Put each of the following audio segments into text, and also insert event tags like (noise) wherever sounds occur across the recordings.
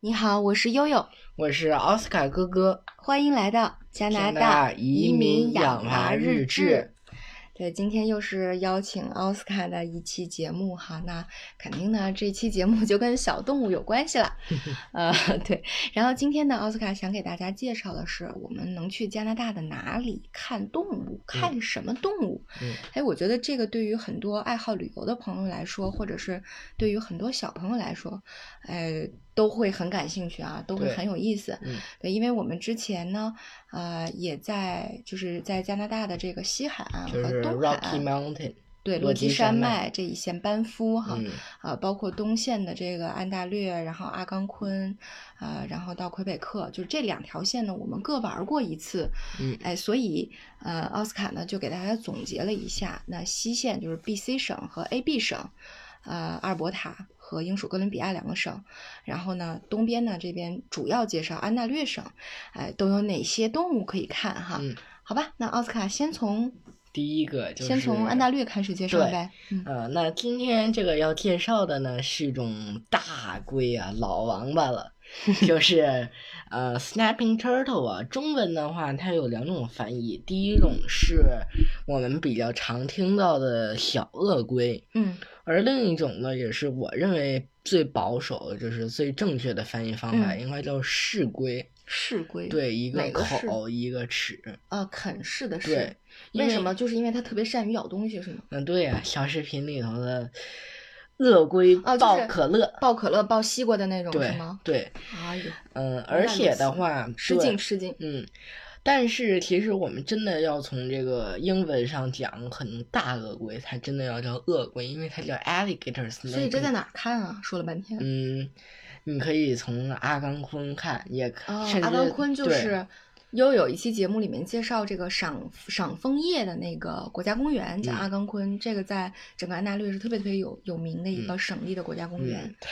你好，我是悠悠，我是奥斯卡哥哥。欢迎来到加拿加拿大大移民养娃娃日志志。对，今天又是邀请奥斯卡的一期节目哈，那肯定呢，这期节目就跟小动物有关系 (laughs) 了。呃， (laughs) 对，然后今天呢，奥斯卡想给大家介绍的是我们能去加拿大的哪里看动物，看什么动物。嗯哎，我觉得这个对于很多爱好旅游的朋友来说，或者是对于很多小朋友来说，哎，都会很感兴趣啊，都会对很有意思。嗯对，因为我们之前呢，呃，也在就是在加拿大的这个西海岸就嗯和是东海 Rocky 岸， Mountain。对落落基基山脉脉这一线班夫哈，嗯，啊，包括东线的这个安大略，然后阿冈昆，啊，然后到魁北克，就是这两条线呢，我们各玩过一次。嗯哎，所以呃，奥斯卡呢就给大家总结了一下，那西线就是 B.C 省和 A.B 省，呃，阿尔伯塔和英属哥伦比亚两个省，然后呢，东边呢这边主要介绍安大略省，哎，都有哪些动物可以看哈？嗯好吧，那奥斯卡先从第一个就是先从安大略开始介绍对呗。嗯呃，那今天这个要介绍的呢是一种大龟啊，老王八了， (laughs) 就是呃 snapping turtle 啊。中文的话，它有两种翻译，第一种是我们比较常听到的小鳄龟，嗯而另一种呢，也是我认为最保守，就是最正确的翻译方法，嗯应该叫市龟。市龟对，一哪个个是口一个齿。啊，啃噬的噬对，，因为什么？？就是因为它特别善于咬东西，是吗？嗯，对呀、小视频里头的鳄龟啊就爆是可乐，爆可乐、爆西瓜的那种是吗？对对，哎呀，嗯，而那且就的行话，失对敬失敬。嗯，但是其实我们真的要从这个英文上讲，可能大鳄龟它真的要叫鳄龟，因为它叫 alligator snake。所以这在哪儿看啊？说了半天，嗯，你可以从阿甘昆看，也可啊，甚阿至甘昆就呃对是。又有一期节目里面介绍这个赏赏枫叶的那个国家公园，叫嗯阿甘昆，这个在整个安大略是特别特别有有名的一个省立的国家公园嗯、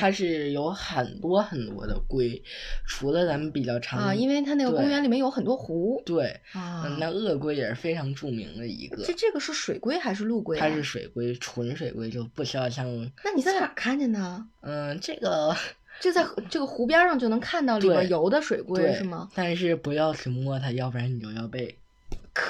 它是有很多很多的龟，除了咱们比较常啊，因为它那个对公园里面有很多湖对，啊。嗯，那鳄龟也是非常著名的一个这，这个是水龟还是陆龟、啊？它是水龟，纯水龟就不需要像，那你在哪儿看见的？啊嗯，这个就在河这个湖边儿上就能看到里边嗯对游的水 (laughs) 龟对是吗？？但是不要去摸它，要不然你就要被 (laughs) 咳。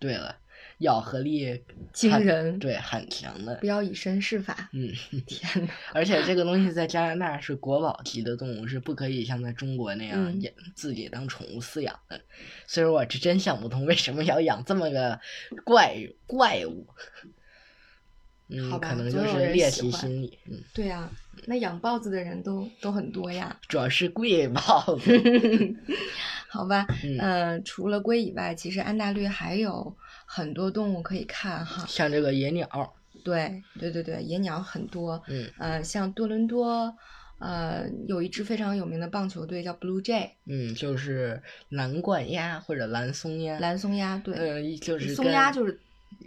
对了，咬合力惊很人对，很强的不。要以身试法。嗯，天呐， (laughs) 而且这个东西在加拿大是国宝级的动物，是不可以像在中国那样嗯养、自己当宠物饲养的。所以我是真想不通为什么要养这么个怪怪物。好嗯，吧可能总就有是人猎喜奇欢心理。嗯，对呀、那养豹子的人都都很多呀，主要是贵 (laughs) 豹子。好吧？嗯呃，除了龟以外，其实安大略还有很多动物可以看哈。像这个野鸟，对对对对，野鸟很多，嗯呃，像多伦多，呃，有一支非常有名的棒球队叫 Blue Jay 嗯，就是蓝冠鸭或者蓝松鸭。蓝松鸭，对，呃，就是松鸭跟就是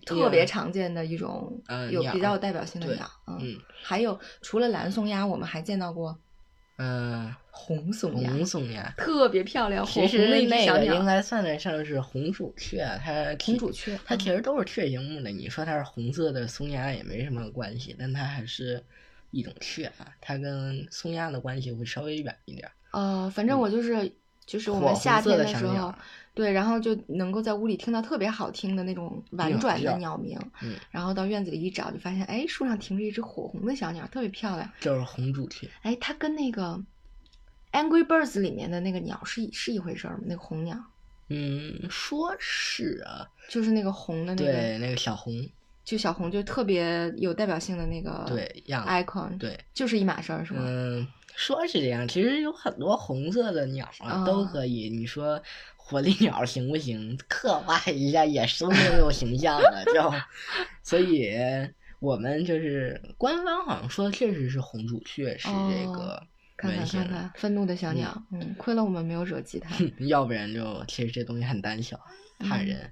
特鸟别常见的一种，呃有鸟比较有代表性的对鸟。嗯，嗯还有除了蓝松鸭，我们还见到过嗯、红松鸭，红松鸭。特别漂亮，火其红的实一只那小个应鸟，该算得上是红薯雀，它红其主雀。它嗯其实都是雀形目的。你说它是红色的松鸦也没什么关系，但它还是一种雀啊，它跟松鸦的关系会稍微远一点。呃，反正我就是就是我嗯火们夏红色天的时小候鸟，对，然后就能够在屋里听到特别好听的那种婉鸟转的叫鸟鸣，嗯，然后到院子里一找，就发现哎，树上停着一只火红的小鸟，特别漂亮。就是红薯雀。哎，它跟那个 Angry Birds 里面的那个鸟是一是一回事儿吗？那个红鸟，嗯，说是啊，就是那个红的那个，对，那个小红，就小红就特别有代表性的那个对样子 icon，，对，就是一码事儿，是吗？嗯，说是这样，其实有很多红色的鸟啊都啊可以。你说火力鸟行不行？刻画一下也生命有形象了，就所以我们就是官方好像说确实是红薯雀是这哦个看原看型，看看，愤怒的小鸟，嗯，亏了我们没有惹急它。 (clears throat) 要不然就其实这东西很胆小，怕嗯人。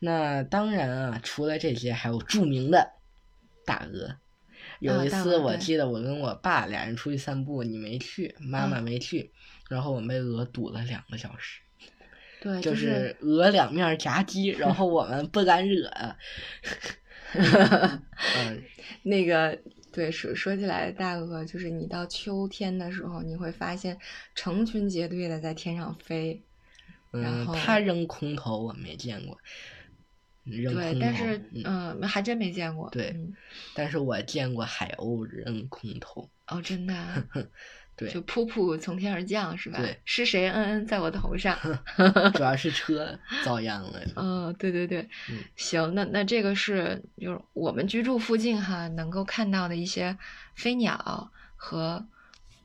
那当然啊，除了这些，还有著名的大鹅。啊有一大次，鹅我对记得我跟我爸俩人出去散步，你没去，妈妈嗯没去，然后我们被鹅堵了两个小时，对，就是是鹅两面 (laughs) 夹击，然 (laughs) 后我们不敢惹。嗯，那个，对，说说起来，大鹅就是你到秋天的时候，你会发现成群结队的在天上飞。然嗯，后它扔空投我没见过，扔空对，投，但是嗯，嗯、还真没见过。对嗯但是我见过海鸥扔空投，哦，真的啊， (laughs) (laughs) 对就噗噗从天而降是吧？对，是谁恩恩在我头上？ (laughs) 主要是车遭殃了。嗯，对对对， (laughs) 嗯行，那那这个是就是我们居住附近哈，能够看到的一些飞鸟和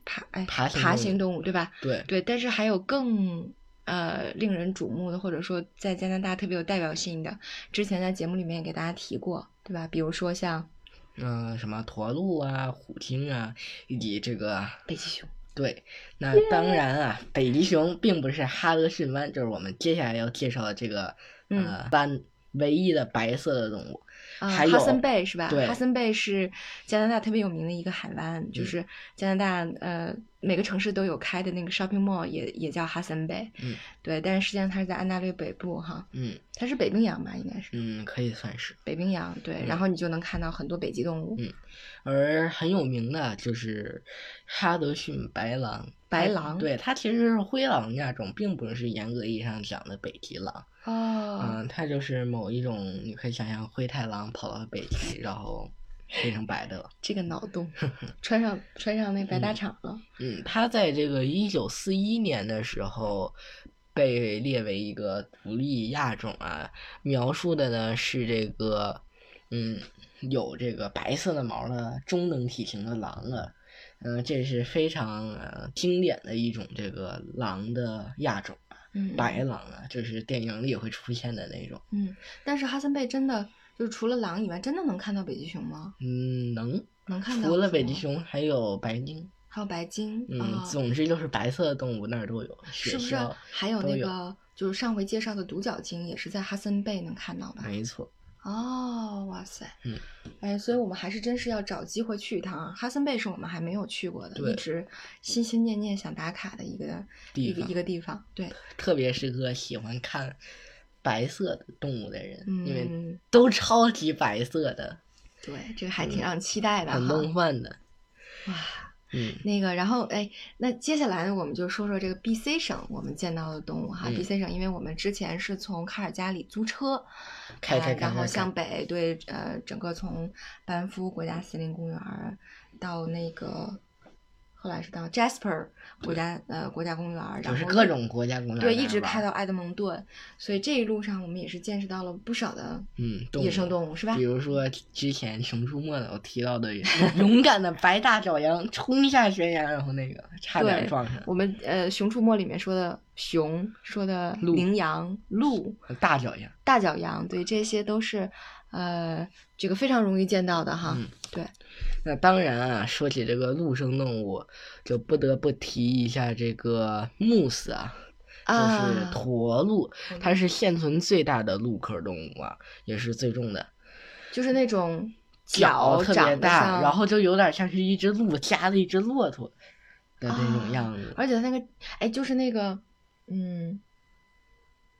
爬哎爬行爬动行物动物，对吧？ (laughs) 对，对，但是还有更呃令人瞩目的，或者说在加拿大特别有代表性的，之前在节目里面也给大家提过，对吧？比如说像嗯、什么驼鹿啊、虎鲸啊，以及这个北极熊，对，那当然啊，北极熊并不是哈德逊湾，就是我们接下来要介绍的这个、嗯呃湾唯一的白色的动物。啊、还哈森有贝是吧？对哈森贝是加拿大特别有名的一个海湾，就嗯是加拿大呃每个城市都有开的那个 shopping mall 也也叫哈森贝，嗯，对，但是实际上它是在安大略北部哈，嗯它是北冰洋吧，应该是嗯，可以算是。北冰洋，对，然嗯后你就能看到很多北极动物，嗯而很有名的就是哈德逊白狼。白狼对，它其实是灰狼亚种，并不是严格意义上讲的北极狼。哦，嗯，它就是某一种，你可以想象灰太狼跑到北极，然后变成白的了。这个脑 (laughs) 洞，穿上穿上那白大氅了，嗯，它在这个一九四一年的时候被列为一个独立亚种啊，描述的呢是这个，嗯，有这个白色的毛的中等体型的狼啊，嗯、这是非常呃经典的一种这个狼的亚种啊，嗯，白狼啊，这是电影里会出现的那种。嗯，但是哈森贝真的就是除了狼以外，真的能看到北极熊吗？嗯，能，能看到，除了北极，熊还有白鲸，还有白鲸，嗯，啊总之就是白色的动物那儿都有，是雪不是鸮，还有都那有个就是上回介绍的独角鲸也是在哈森贝能看到吧？没错。哦，哇塞，嗯，哎，所以我们还是真是要找机会去一趟啊。哈森贝是我们还没有去过的，一对直心心念念想打卡的一个地一个方一个地方。对，特别适合喜欢看白色的动物的人，因为嗯，都超级白色的，对，这个还挺让人期待的哈。嗯很梦幻的。哇，嗯，那个，然后哎，那接下来呢，我们就说说这个 B C 省我们见到的动物哈。嗯 B C 省，因为我们之前是从卡尔加里租车，开啊开开然后开向北对，呃，整个从班夫国家森林公园儿到那个，后来是到 Jasper 国家呃国家公园儿，然就后是各种国家公园对，那一儿直玩开到埃德蒙顿，所以这一路上我们也是见识到了不少的嗯动野生物动物，是吧比？如说之前《熊出没》的我提到的勇敢的白大爪羊冲下悬崖，然后那个差点对撞上我们呃，《熊出没》里面说的熊，说的鹿羚羊、鹿、大脚羊。大角羊，对，这些都是呃，这个非常容易见到的哈。嗯对，那当然啊，说起这个陆生动物，就不得不提一下这个 moose 啊，就是啊驼鹿，嗯它是现存最大的鹿科动物啊，也是最重的，就是那种特长得别大，像，然后就有点像是一只鹿夹了一只骆驼的那啊种样子。而且它那个哎，就是那个嗯，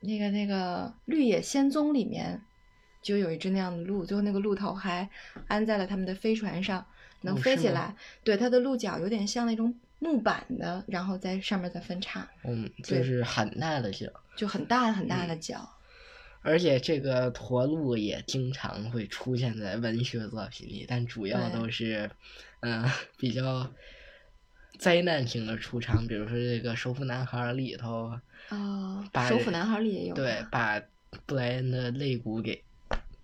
那个那个《绿野仙踪》里面就有一只那样的鹿，最后那个鹿头还安在了他们的飞船上，能哦飞是起吗来。对，它的鹿角有点像那种木板的，然后在上面再分叉，嗯，就是很大的脚，就很大很嗯大的角。而且这个驼鹿也经常会出现在文学作品里，但主要对都是，嗯、比较灾难型的出场，比如说这个《首府男孩》里头，哦，把首府人男孩里也有对吧，把布莱恩的肋骨给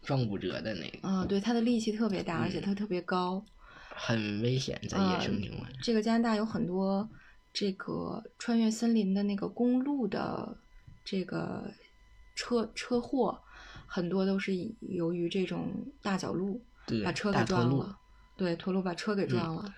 撞骨折的那个，啊、对，它的力气特别大，而且嗯它特别高。很危险，在啊野生情况下。这个加拿大有很多这个穿越森林的那个公路的这个车车祸，很多都是以由于这种大角鹿对，把车给大驼撞鹿嗯了，对，驼鹿把车给撞了。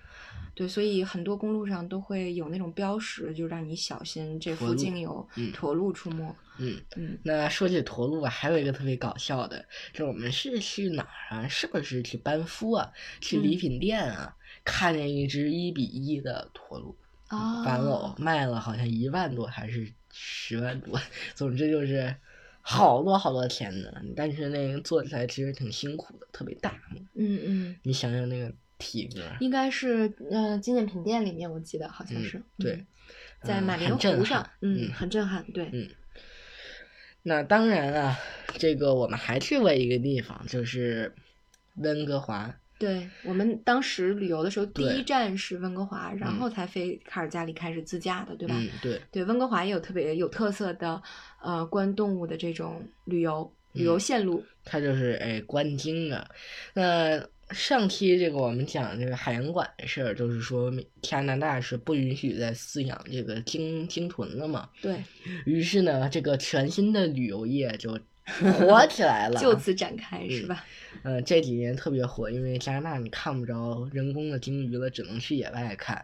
对，所以很多公路上都会有那种标识，就让你小心，这驼附鹿近有嗯驼鹿出没。嗯，嗯，那说起驼鹿啊，还有一个特别搞笑的，就是我们是去哪儿啊？是不是去班夫啊？去礼嗯品店啊？看见一只一比一的驼鹿啊，玩偶，卖了好像一万多还是十万多， (laughs) 总之就是好多好多钱呢。但是那个做起来其实挺辛苦的，特别大嘛。嗯嗯，你想想那个体格，应该是呃纪念品店里面，我记得好像嗯是、对嗯在嗯马很连震湖上撼，嗯，嗯很震撼，对，嗯那当然啊，这个我们还去过一个地方，就是温哥华。对我们当时旅游的时候，第对一站是温哥华，然嗯后才飞卡尔加里开始自驾的，对吧？嗯，对，对，温哥华也有特别有特色的，呃，观动物的这种旅游旅游嗯线路。它就是哎观鲸啊。那上期这个我们讲这个海洋馆的事儿，就是说加拿大是不允许再饲养这个鲸鲸豚了嘛。对，于是呢，这个全新的旅游业就火起来了。 (laughs) 就此展开是嗯吧？嗯、这几年特别火，因为加拿大你看不着人工的鲸鱼了，只能去野外看，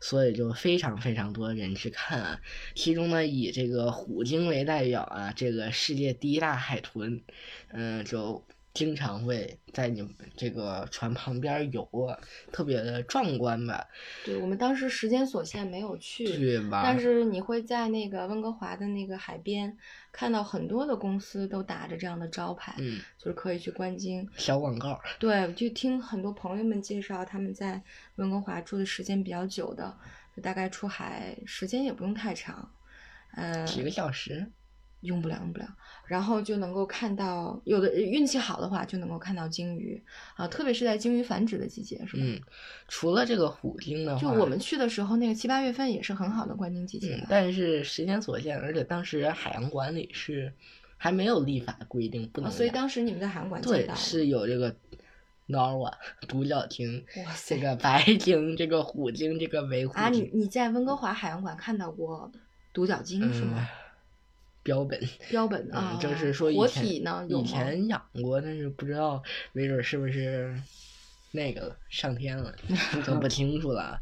所以就非常非常多人去看啊。其中呢，以这个虎鲸为代表啊，这个世界第一大海豚，嗯、就经常会在你们这个船旁边游啊，特别的壮观吧，对，我们当时时间所限没有去，去啊玩。但是你会在那个温哥华的那个海边看到很多的公司都打着这样的招牌，嗯，就是可以去观鲸。小广告，对，我就听很多朋友们介绍，他们在温哥华住的时间比较久的，就大概出海时间也不用太长，呃，几个小时。用不了用不了，然后就能够看到，有的运气好的话就能够看到鲸鱼啊，特别是在鲸鱼繁殖的季节，是吧？嗯，除了这个虎鲸的话，就我们去的时候，那个七八月份也是很好的观鲸季节啊嗯，吧。但是时间所限，而且当时海洋馆里是还没有立法规定不啊能养、所以当时你们在海洋馆见对到了，是有这个 narwhal 独角鲸、哇这塞个白鲸、这个虎鲸、这个尾虎啊！你鲸，你在温哥华海洋馆看到过独角鲸、是嗯吗？，标本，标本啊、嗯，就是说以活前体呢有以吗？前养过，但是不知道没准是不是。那个了上 (laughs) 天了，就不清楚了。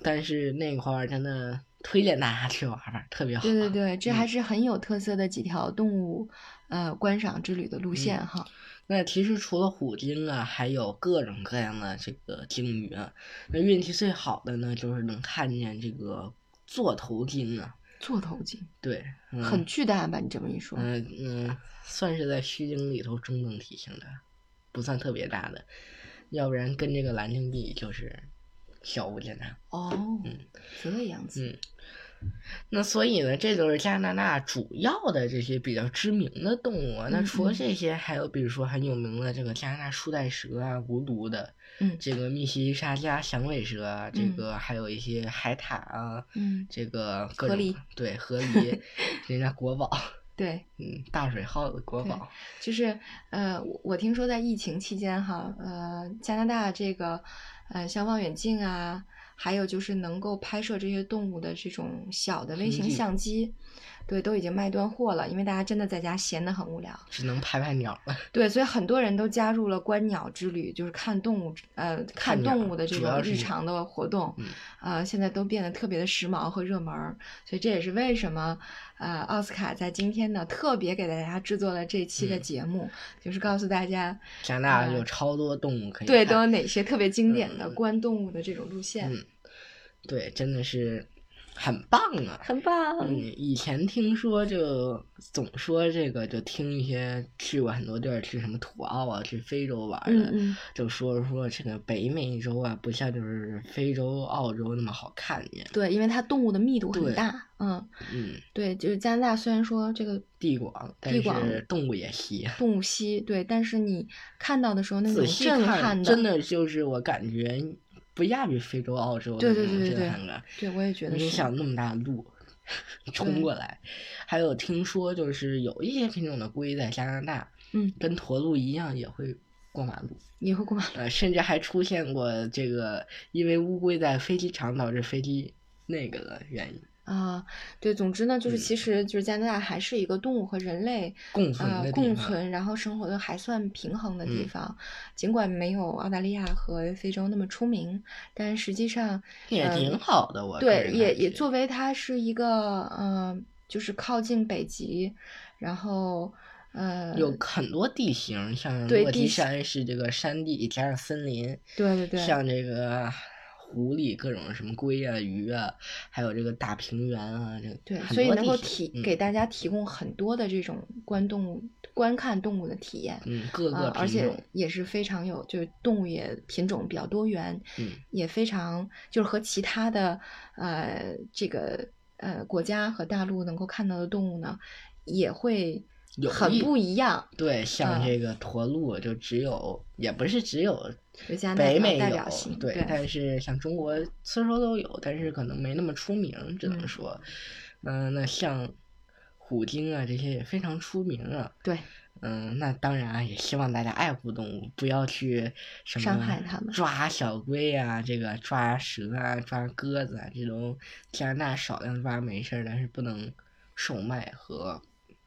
但是那块儿真的推荐大家去玩玩，特别好。对对对，这嗯还是很有特色的几条动物，呃，观赏之旅的路线嗯哈。那其实除了虎鲸啊，还有各种各样的这个鲸鱼啊。那运气最好的呢，就是能看见这个座头鲸啊。座头鲸对，嗯、很巨大吧？你这么一说，嗯嗯、算是在须鲸里头中等体型的，不算特别大的，要不然跟这个蓝鲸比就是小巫见大。哦嗯，这个样子。嗯，那所以呢，这就是加拿大主要的这些比较知名的动物啊。那嗯除了嗯这些，还有比如说很有名的这个加拿大树袋蛇啊、无毒的，嗯这个密西沙加响尾蛇啊，这嗯个还有一些海獭啊，嗯，这个各河种狸 (laughs) 对河狸，人家国宝，对，嗯，大水耗子国对宝，就是呃，我我听说在疫情期间哈，呃，加拿大这个呃，像望远镜啊，还有就是能够拍摄这些动物的这种小的微痕型迹相机，对，都已经卖断货了，因为大家真的在家闲得很无聊。只能拍拍鸟了。对，所以很多人都加入了观鸟之旅，就是看动物，呃，看鸟动物的这主种要是日鸟常的活动，嗯呃，现在都变得特别的时髦和热门儿，所以这也是为什么，呃，奥斯卡在今天呢特别给大家制作了这期的嗯哎节目，就是告诉大家，加拿大嗯有超多动物可以对，看都有哪些特别经典的嗯观动物的这种路线，嗯对，真的是很棒啊。很棒，嗯，以前听说就总说这个，就听一些去过很多地儿，去什么土澳啊，去非洲玩嗯的，嗯，就说说这个北美洲啊，不像就是非洲、澳洲那么好看见。对，因为它动物的密度很对大，嗯，嗯，对，就是加拿大虽然说这个地广，但地广是动物也稀。动物稀，对，但是你看到的时候那种仔细震撼看，真的就是我感觉不亚于非洲、澳洲对的对那种对对对震撼感。对，我也觉得你是。想那么大的路冲对过来，还有听说就是有一些品种的龟在加拿大，嗯，跟驼鹿一样也会过马路，你会过马呃，甚至还出现过这个因为乌龟在飞机场导致飞机那个的原因， (laughs) 啊，对，总之呢，就是嗯其实就是加拿大还是一个动物和人类共存啊、的地方。共存，然后生活的还算平衡的地嗯方。尽管没有澳大利亚和非洲那么出名，但实际上也啊嗯挺好的，我个对人也感也觉作为它是一个呃，就是靠近北极，然后呃，有很多地形，像对落地基形山是这个山地加上森林，对对对像这个狐狸、各种什么龟啊、鱼啊，还有这个大平原啊，这对，很所以多能够地提形嗯给大家提供很多的这种观动物、观看动物的体验。嗯各个啊，而品且种，也是非常有，就是动物也品种比较多元，嗯也非常就是和其他的呃这个呃国家和大陆能够看到的动物呢，也会有很益不一样。对，像啊这个驼鹿就只有，也不是只有有加拿北大美代有表性，对，但是像中国虽说都有，但是可能没那么出名，只能嗯说，嗯、那像虎鲸啊这些也非常出名啊，对嗯、那当然啊也希望大家爱护动物，不要去什么伤害它们抓小龟啊，这个抓蛇啊，抓鸽子啊这种，加拿大少量抓没事儿，但是不能售卖和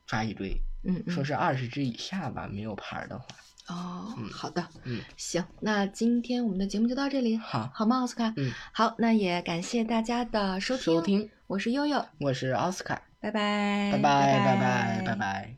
抓一堆，嗯嗯说是二十只以下吧，没有牌儿的话，哦嗯，好的，嗯，行，那今天我们的节目就到这里，好，好吗，奥斯卡？嗯，好，那也感谢大家的收听，收听，我是悠悠，我是奥斯卡。拜拜，拜拜拜拜拜拜。